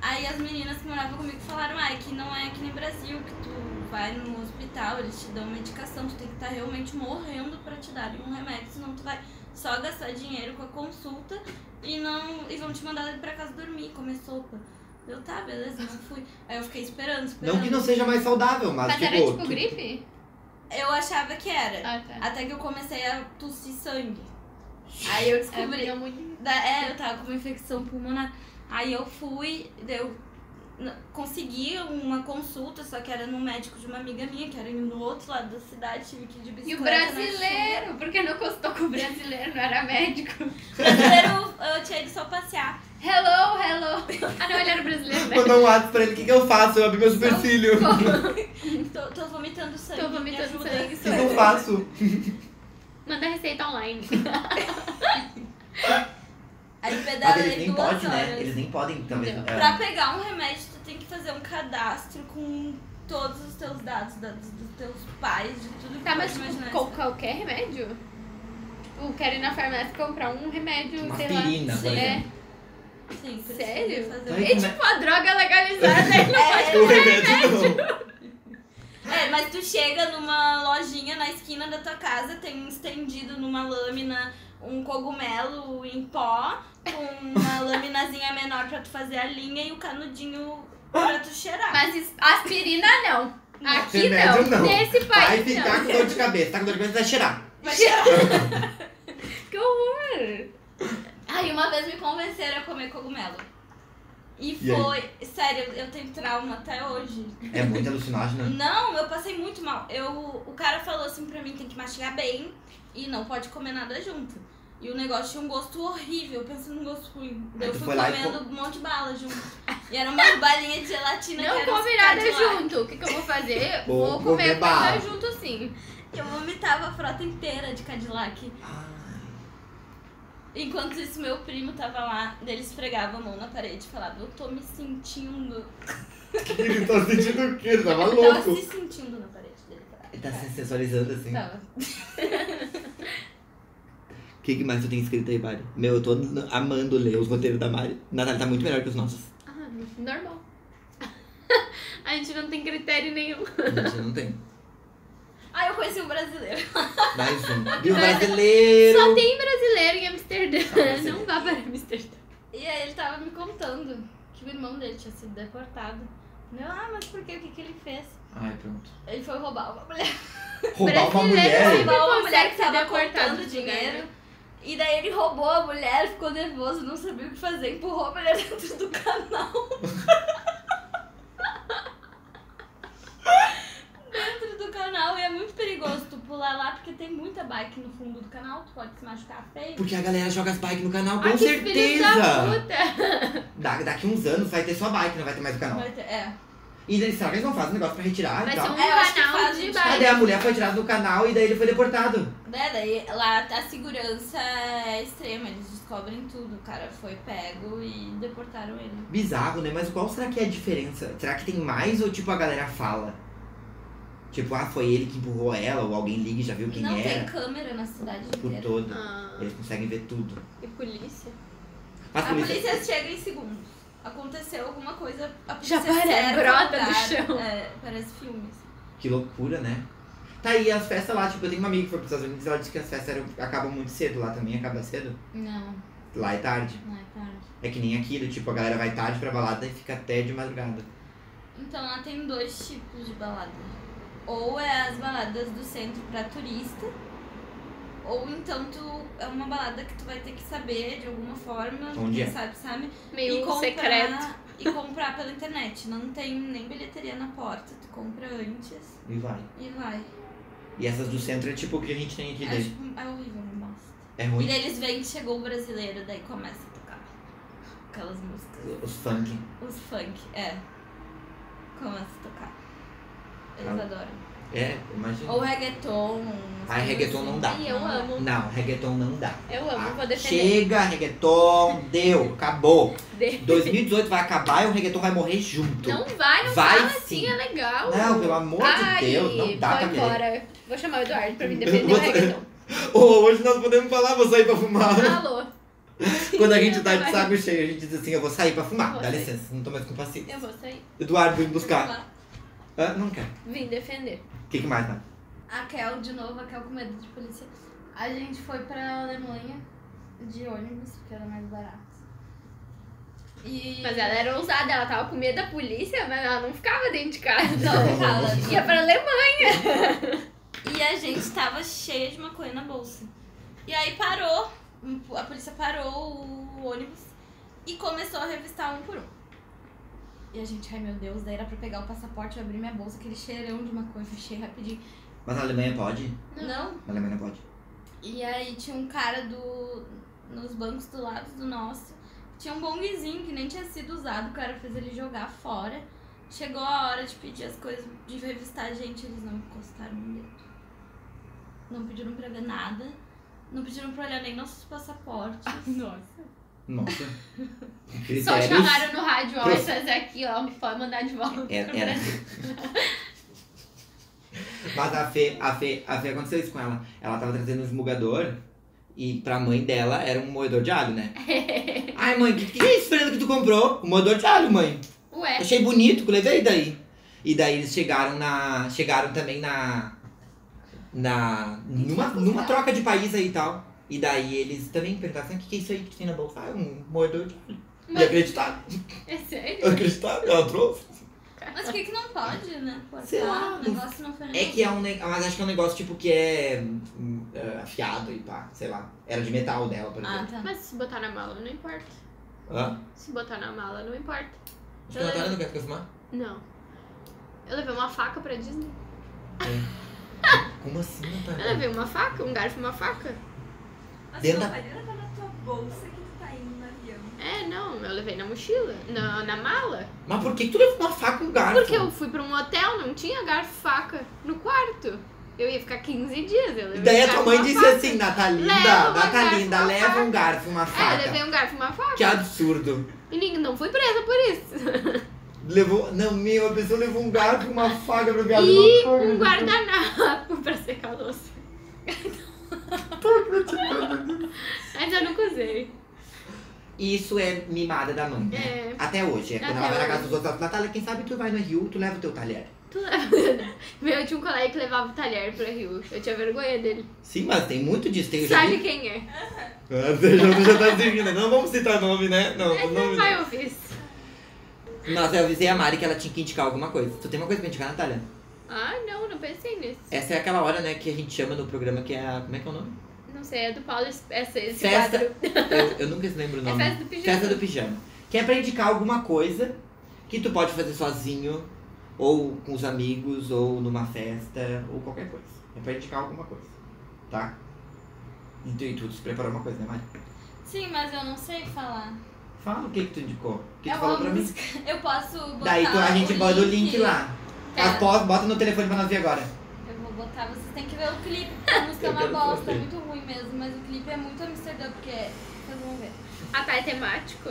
Aí as meninas que moravam comigo falaram, ah, que não é aqui no Brasil, que tu vai no hospital, eles te dão medicação, tu tem que estar realmente morrendo pra te darem um remédio, senão tu vai só gastar dinheiro com a consulta e não e vão te mandar pra casa dormir, comer sopa. Eu, tá, beleza, não fui. Aí eu fiquei esperando, esperando. Não que não seja mais saudável, mas, Mas tipo. era tipo tu- gripe? Eu achava que era. Ah, tá. Até que eu comecei a tossir sangue. Aí eu É, descobri. é muito... Da- é, eu tava com uma infecção pulmonar. Aí eu fui, daí eu n- consegui uma consulta, só que era num médico de uma amiga minha, que era no outro lado da cidade, tive que ir de E o bicicleta. né, na brasileiro? Porque não consultou com o brasileiro, não era médico. chuva. O brasileiro, eu tinha ido só passear. Hello, hello. Ah, não, ele era brasileiro, né? Mandou um WhatsApp pra ele, o que, que eu faço? Eu abri meu supercílio. O Tô, tô vomitando sangue. Tô vomitando me ajuda. sangue. que, que eu faço? Manda receita online. Aí Ah, eles pedalei nem duas podem, horas. né? Eles nem podem, talvez. Não. é. Pra pegar um remédio, tu tem que fazer um cadastro com todos os teus dados, dados dos teus pais, de tudo que Tá, tu mas pode imaginar. tipo, com qualquer remédio? Tipo, quero ir na farmácia comprar um remédio, Uma sei lá. aspirina, por Sim. exemplo. Sim, precisa Sério? fazer Ai, É como é- tipo uma droga legalizada. ele não pode- O remédio não. É, mas tu chega numa lojinha na esquina da tua casa, tem um estendido numa lâmina um cogumelo em pó, com uma laminazinha menor pra tu fazer a linha e o canudinho pra tu cheirar. Mas is- aspirina não. Aqui Remédio, não. não. Nesse Vai país ficar não. com dor de cabeça. Tá com dor de cabeça, vai cheirar. Vai cheirar. Que horror. Aí uma vez me convenceram a comer cogumelo. E E aí? foi. Sério, eu tenho trauma até hoje. É muito alucinógeno. Não, eu passei muito mal. Eu, o cara falou assim pra mim, tem que mastigar bem e não pode comer nada junto. E o negócio tinha um gosto horrível, eu pensando num gosto ruim. Daí eu tu fui foi lá e comendo um monte de bala junto. E era uma balinha de gelatina Não que era come uns nada Cadillac. junto. O que, que eu vou fazer? Vou Vou comer comer bala. coisa junto assim. sim. Eu vomitava a frota inteira de Cadillac. Ai. Enquanto isso, meu primo tava lá, ele esfregava a mão na parede e falava, eu tô me sentindo. Ele tá sentindo o quê? Ele tá tava Ele tava louco. se sentindo na parede dele. Ele tá se sensualizando assim. Tava. O que, que mais tu tem escrito aí, Mari? Meu, eu tô n- amando ler os roteiros da Mari. Natália tá muito melhor que os nossos. Ah, normal. A gente não tem critério nenhum. Gente, não tem. Ah, eu conheci um brasileiro. Mais um. Viu, brasileiro? Só tem brasileiro em Amsterdã. brasileiro. Não vá para Amsterdã. E aí ele tava me contando que o irmão dele tinha sido deportado. Eu, ah, mas por quê? O que, que ele fez? Ai, pronto. Ele foi roubar uma mulher. Roubar uma Brasileiro, mulher? sim. Roubar uma consegue mulher que ser tava deportado cortando de lugar, né? dinheiro. E daí ele roubou a mulher, ficou nervoso, não sabia o que fazer, empurrou a mulher dentro do canal. dentro do canal e é muito perigoso tu pular lá porque tem muita bike no fundo do canal, tu pode se machucar feio. Porque a galera joga as bikes no canal, com Ai, Ah, que filho da certeza. puta. Da- daqui uns anos vai ter só bike, não vai ter mais o canal. Vai ter- É. E daí, será que eles não fazem um negócio pra retirar Vai e ser tal? um É, eu acho que canal faz, de gente. Cadê baile. a mulher? Foi tirada do canal e daí ele foi deportado. Né, daí lá a segurança é extrema, eles descobrem tudo. O cara foi pego e deportaram ele. Bizarro, né? Mas qual será que é a diferença? Será que tem mais ou tipo a galera fala? Tipo, ah, foi ele que empurrou ela, ou alguém liga e já viu quem não tem era. câmera na cidade Por inteira. todo. Ah, Eles conseguem ver tudo. e polícia? Mas A polícia chega em segundos. Aconteceu alguma coisa, a polícia Jacaré cerca o brota do lugar. chão. É, parece filmes. Que loucura, né? Tá aí as festas lá, tipo, eu tenho uma amiga que foi pros Estados Unidos e ela disse que as festas eram- acabam muito cedo lá também, acaba cedo. Não, Lá é tarde. não é tarde. É que nem aqui, do tipo, a galera vai tarde pra balada e fica até de madrugada. Então lá tem dois tipos de balada. Ou é as baladas do centro pra turista, ou então tu é uma balada que tu vai ter que saber de alguma forma, Onde quem é? sabe, sabe, Meio secreto. e comprar pela internet. Não tem nem bilheteria na porta, tu compra antes E vai. e vai. E essas do centro é tipo o que a gente tem aqui É, dentro. tipo, é horrível, não gosto. É E ruim. daí eles veem que chegou o brasileiro, daí começa a tocar aquelas é músicas. Os funk. Os funk, é. Começa a tocar. Eles Ah. adoram. É, imagina. Ou reggaeton. umas Ai, coisas assim. reggaeton não dá. Ai, eu amo. Tá. Não, reggaeton não dá. Eu amo, vou Ah, defender. Chega, reggaeton, deu, acabou. De- 2018 vai acabar e o reggaeton vai morrer junto. Não vai, não Vai fala sim. assim, é legal. Não, pelo amor Ai, de Deus, não dá vou pra querer. embora. Vou chamar o Eduardo pra me Eu defender vou- do reggaeton. Ô, hoje nós podemos falar, vou sair pra fumar. Alô, Quando a gente tá de saco cheio, a gente diz assim, eu vou sair pra fumar. Vou Dá sair. licença, não tô mais com paciência. eu vou sair. Eduardo, vem buscar. Ah, não quer. Vim defender. O que, que mais, tá? A Kel, de novo, a Kel com medo de polícia. A gente foi pra Alemanha de ônibus, porque era mais barato. E. Mas ela era ousada, ela tava com medo da polícia, mas ela não ficava dentro de casa. Não, fala. Ia é pra Alemanha. E a gente tava cheia de maconha na bolsa. E aí parou, a polícia parou o ônibus e começou a revistar um por um. E a gente, ai meu Deus, daí era pra pegar o passaporte e abrir minha bolsa, aquele cheirão de maconha, fechei rapidinho. Mas na Alemanha pode? Não. Na Alemanha pode. E aí tinha um cara do nos bancos do lado do nosso, tinha um bongzinho que nem tinha sido usado, o cara fez ele jogar fora. Chegou a hora de pedir as coisas, de revistar a gente, eles não encostaram um dedo. Não pediram pra ver nada, não pediram pra olhar nem nossos passaportes. Nossa. Nossa. Só Critérios. chamaram no rádio, ó, Pro- essas aqui, ó, pode mandar de volta. Era. era. Mas a Fê, a Fê, a Fê aconteceu isso com ela. Ela tava trazendo um esmugador e pra mãe dela era um moedor de alho, né? Ai, mãe, o que, que é isso, Fernando, que tu comprou? Um moedor de alho, mãe. Ué, Achei bonito, levei daí. E daí eles chegaram na. Chegaram também na. Na. Numa, numa troca de país aí e tal. E daí eles também perguntaram assim: o que, que é isso aí que tu tem na bolsa? Ah, é um moedor de alho. E Mas- acreditaram, é sério? acreditaram, ela trouxe. Mas por que que não pode, né? Cortar, Sei lá. o negócio não foi É que é um negócio. Mas acho que é um negócio tipo que é hum, é, afiado e pá, sei lá. Era de metal dela, por Ah, exemplo. tá. Mas se botar na mala, não importa. Hã? Se botar na mala, não importa. Acho que a Natália não quer ficar fumar? Não. Eu levei uma faca pra Disney. Como assim, Eu Natália? levei uma faca, um garfo e uma faca. Mas Dentro não, da- tá na tua bolsa que tu tá indo no avião. É, não, eu levei na mochila, na, na mala. Mas por que que tu levou uma faca com um garfo? Porque eu fui pra um hotel, não tinha garfo e faca no quarto. Eu ia ficar 15 dias. Eu E levei daí um a tua garfo, mãe uma disse faca. assim, Natalinda, Leva uma Natalinda, garfo, uma leva um garfo, uma É, eu faca. levei um garfo e uma faca. Que absurdo. E ninguém, não fui presa por isso. Levou. Não, meu, a pessoa levou um garfo e uma faca pra minha E louca. um guardanapo pra secar a louça. Mas eu nunca usei. Isso é mimada da mãe. né? É. Até hoje. É quando Até ela vai na casa hoje. dos outros, ela fala, Natália, quem sabe tu vai no Rio, tu leva o teu talher. Tu leva- Meu, tinha um colega que levava o talher pra Rio. Eu tinha vergonha dele. Sim, mas tem muito disso. Tem, eu já Sabe vi- quem é? Ah, você já, você já tá dizendo, não vamos citar nome, né? Não, Mas nome meu pai ouvir isso. não. Nossa, eu avisei a Mari que ela tinha que indicar alguma coisa. Tu tem uma coisa pra indicar, Natália? Ah, não, não pensei nisso. Essa é aquela hora, né, que a gente chama no programa que é a... Como é que é o nome? Não sei, é do Paulo esse, esse esse Festa- quadro. Eu, eu nunca lembro o É nome. festa do pijama. Festa do pijama. Que é pra indicar alguma coisa que tu pode fazer sozinho, ou com os amigos, ou numa festa, ou qualquer coisa. É pra indicar alguma coisa, tá? Então, e tu te preparou uma coisa, né, Mari? Sim, mas eu não sei falar. Fala o que que tu indicou, o que é tu falou uma pra mim. música. Eu posso botar. Daí tu, a gente o bota o link lá. É. Após, bota no telefone pra nós ver agora. Eu vou botar, vocês têm que ver o clipe, porque a música é Eu uma quero bosta, é saber. muito ruim mesmo, mas o clipe é muito Amsterdã, porque vocês vão ver. Ah, tá, é temático?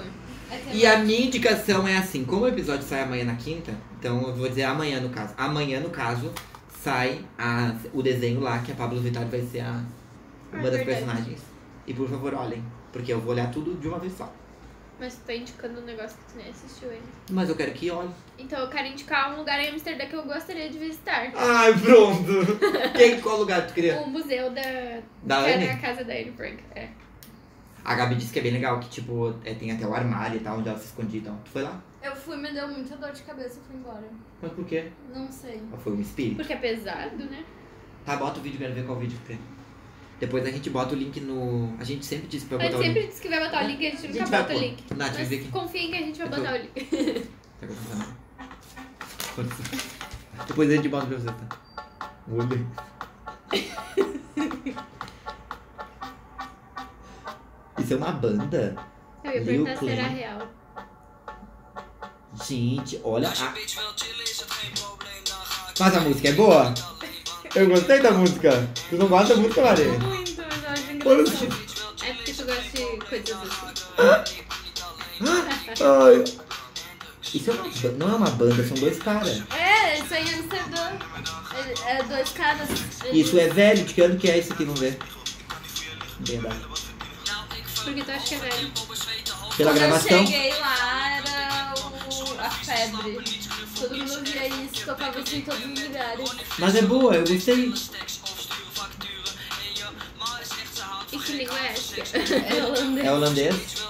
É que E a minha indicação é assim, como o episódio sai amanhã na quinta, então eu vou dizer amanhã no caso. Amanhã, no caso, sai a- o desenho lá que a Pablo Vittar vai ser Ah, a, uma É das verdade. personagens. E por favor, olhem, porque eu vou olhar tudo de uma vez só. Mas tu tá indicando um negócio que tu nem assistiu ainda. Mas eu quero que olhem. Então eu quero indicar um lugar em Amsterdã que eu gostaria de visitar. Ai, pronto! Quem, qual lugar tu queria? O museu da... Da que é Anne? na casa da Anne Frank. É. A Gabi disse que é bem legal, que tipo, é, tem até o armário e tal, onde ela se escondia e tal. Tu foi lá? Eu fui, me deu muita dor de cabeça e fui embora. Mas por quê? Não sei. Ela Foi um espírito. Porque é pesado, né? Tá, bota o vídeo, quero ver qual vídeo que é. Depois a gente bota o link no. A gente sempre disse pra A gente botar o link. sempre diz que vai botar o link e a gente A nunca gente vai bota o pôr. link. Nath, vem Mas aqui. confiem que a gente vai Eu botar tô- o link. Tá acontecendo? Aconteceu. Depois a gente bota pra você, tá? Olha. Isso é uma banda? Eu ia Lil perguntar se Klein. era tá real. Gente, olha a. Mas a música é boa? Eu gostei da música. Tu não gosta da música, Maria? Muito, mas eu acho Olha engraçado. É porque tu gosta de coisas assim. Isso é uma, ba- não é uma banda, são dois caras. É, isso aí é Amsterdã. É- É, dois caras. Isso é velho, de que ano que é isso aqui? Vamos ver. Verdade. Porque tu acha que é velho. Pela Quando gravação. Eu cheguei lá, era o, a febre. Todo mundo ouvia isso, tocava isso em todos os lugares. Mas é boa, eu gostei. E que língua é essa? É holandês. É holandês.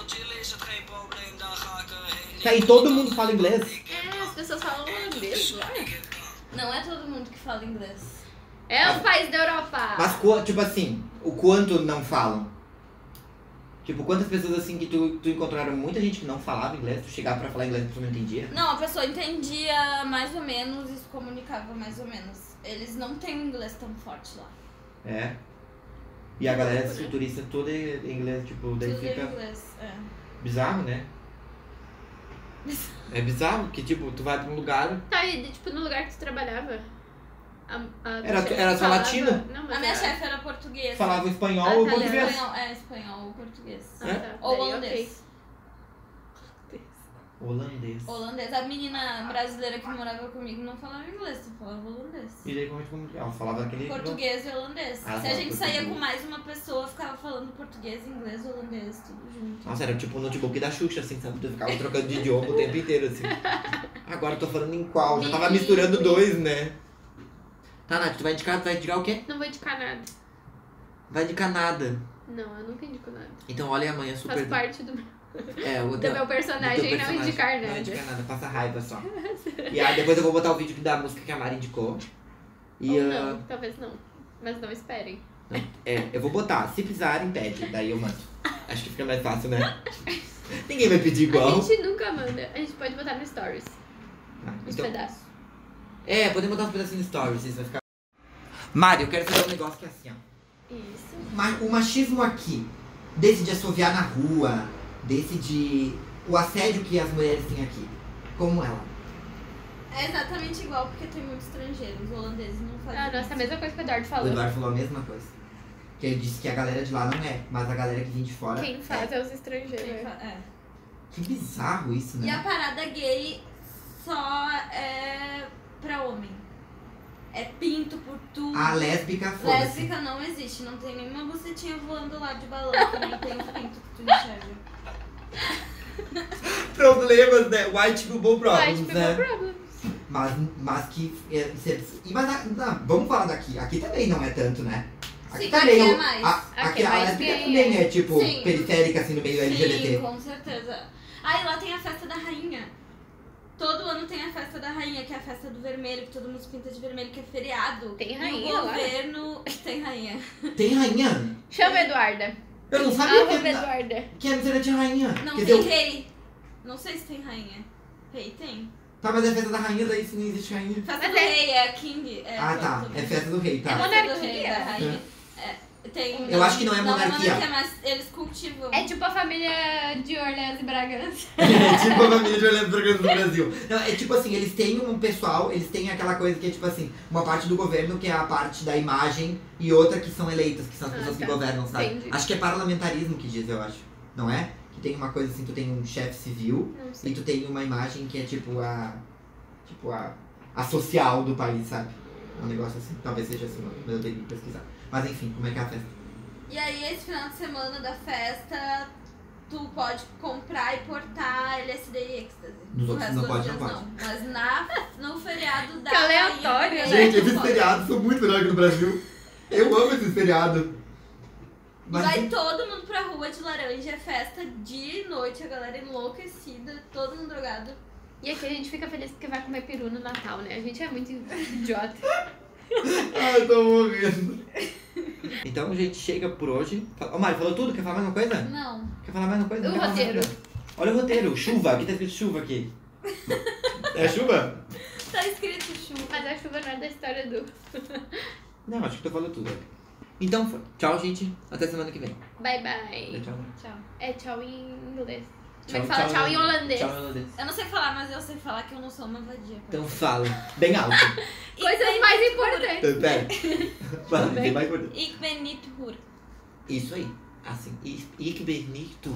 Tá, e todo mundo fala inglês. É, as pessoas falam holandês lá. Não é todo mundo que fala inglês. É um país da Europa. Ah. Mas, qua- tipo assim, o quanto não falam? Tipo, quantas pessoas assim que tu, tu encontraram muita gente que não falava inglês, tu chegava pra falar inglês e tu não entendia? Não, a pessoa entendia mais ou menos e se comunicava mais ou menos. Eles não têm um inglês tão forte lá. É. E a galera futurista toda em inglês, tipo, daí Tudo em fica inglês. É. bizarro, né? É bizarro que, tipo, tu vai pra um lugar. Tá, e de- tipo, no lugar que tu trabalhava? A, a tua Era- chefe era só falava- latino? Não, mas A minha era- chefe era portuguesa. Falava espanhol Ah, ou tá, português. Espanhol, é, espanhol ou português. Ah, É? tá. Ou Daí, holandês. ok. Holandês. Holandês. A menina brasileira que morava comigo não falava inglês, só falava holandês. E daí como é que tu- Ela falava aquele. Português e holandês. Ah, Se a tá, gente português. saía com mais uma pessoa, ficava falando português, inglês, holandês, tudo junto. Nossa, era tipo o notebook da Xuxa, assim, sabe? Tu ficava trocando de idioma o tempo inteiro, assim. Agora eu tô falando em qual? Já tava misturando dois, né? Tá, Nath, tu vai indicar, tu vai indicar o quê? Não vou indicar nada. Vai indicar nada. Não, eu nunca indico nada. Então olha amanhã super. Faz parte do, do É, o teu- meu personagem, do teu não indicar Não nada. indicar nada, passa raiva só. E aí depois eu vou botar o vídeo da música que a Mari indicou. E Ou ah, não, talvez não. Mas não esperem. é, eu vou botar. Se precisarem, pede. Daí eu mando. Acho que fica mais fácil, né? Ninguém vai pedir A igual. gente nunca manda. A gente pode botar no stories. Ah, Os então- pedaços. É, podemos botar uns pedacinhos de stories, isso vai ficar. Mário, eu quero fazer um negócio que é assim, ó. Isso. Ma- O machismo aqui, desse de assoviar na rua, desse de. o assédio que as mulheres têm aqui. Como ela. É exatamente igual, porque tem muitos estrangeiros. Os holandeses não fazem. Ah, nossa, a isso. mesma coisa que o Eduardo O falou. Eduardo falou a mesma coisa. Que ele disse que a galera de lá não é, mas a galera que vem de fora. Quem faz é os Quem estrangeiros. fa- é. Que bizarro isso, E a né? parada gay só é pra homem. É pinto por tudo. A lésbica, Ah, foda-se. Lésbica não existe, não tem nenhuma bucetinha voando lá de balão, que nem tem o pinto que tu enxerga. Problemas, né? White people Vai, problems, tipo, né? no problem. Mas, mas que. É, cê- e mas a- não, vamos falar daqui. Aqui também não é tanto, né? Aqui Sim, também. aqui é eu- mais. A, é aqui, a mais lésbica gay, também é, tipo Sim. periférica assim no meio LGBT. Sim, com certeza. Ah, e lá tem a festa da rainha. Todo ano tem a festa da rainha, que é a festa do vermelho, que todo mundo se pinta de vermelho, que é feriado. Tem E rainha o lá? governo tem rainha. Tem rainha? Chama a Eduarda. Eu não sabia Arroba que, tá- Eduarda. que a miséria tinha rainha. Ah, é- Não Quer tem dizer, rei. Não sei se tem rainha. Rei tem. tá, mas é festa da rainha, daí se não existe rainha. Festa Mas do é- rei, é king. É ah, tá. pronto. É festa do rei, É tá. festa do rei, Monarquia. da rainha. É, tem, Eu acho que não é monarquia. mas eles cultivam. É tipo a família de Orleans e Bragança. É tipo a família de Orlando Programa do Brasil. Não, é tipo assim, eles têm um pessoal, eles têm aquela coisa que é tipo assim, uma parte do governo que é a parte da imagem e outra que são eleitas, que são as Ah, pessoas tá. que governam, sabe? Entendi. Acho que é parlamentarismo que diz, eu acho. Não é? Que tem uma coisa assim, tu tem um chefe civil Não sei. e tu tem uma imagem que é tipo a. Tipo a. a social do país, sabe? Um negócio assim, talvez seja assim, mas eu tenho que pesquisar. Mas enfim, como é que é a festa? E aí, esse final de semana da festa, tu pode comprar e portar LSD e êxtase. Nos outros resto não dos pode, dias não pode. Mas na, no feriado da. Que aleatório, rainha, né? Gente, tu pode. são muito melhores que no Brasil. Eu amo esses feriados. E Vai todo mundo pra rua de laranja, é festa de noite, a galera enlouquecida, todo mundo drogado. E aqui a gente fica feliz porque vai comer peru no Natal, né? A gente é muito idiota. Ai, tô morrendo. Então, gente, chega por hoje. Fala- Ô, Mário, falou tudo? Quer falar mais uma coisa? Não. Quer falar mais uma coisa? O Quer falar mais uma roteiro. coisa? Olha o roteiro. Chuva. Aqui tá escrito chuva aqui. É chuva? Tá escrito chuva. Mas a chuva não é da história do. Não, acho que tu falou tudo. Então, foi. tchau, gente. Até semana que vem. Bye bye. Tchau. Tchau. É tchau em inglês. Como é que fala tchau em holandês? Tchau em holandês. Eu não sei falar, mas eu sei falar que eu não sou uma vadia. Então fala. Bem alto. Coisas mais importantes. Pera. Fala, tem mais coisa. Ik ben niet hoer. Isso aí. Assim. Ich ich bin nicht du.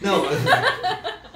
Não.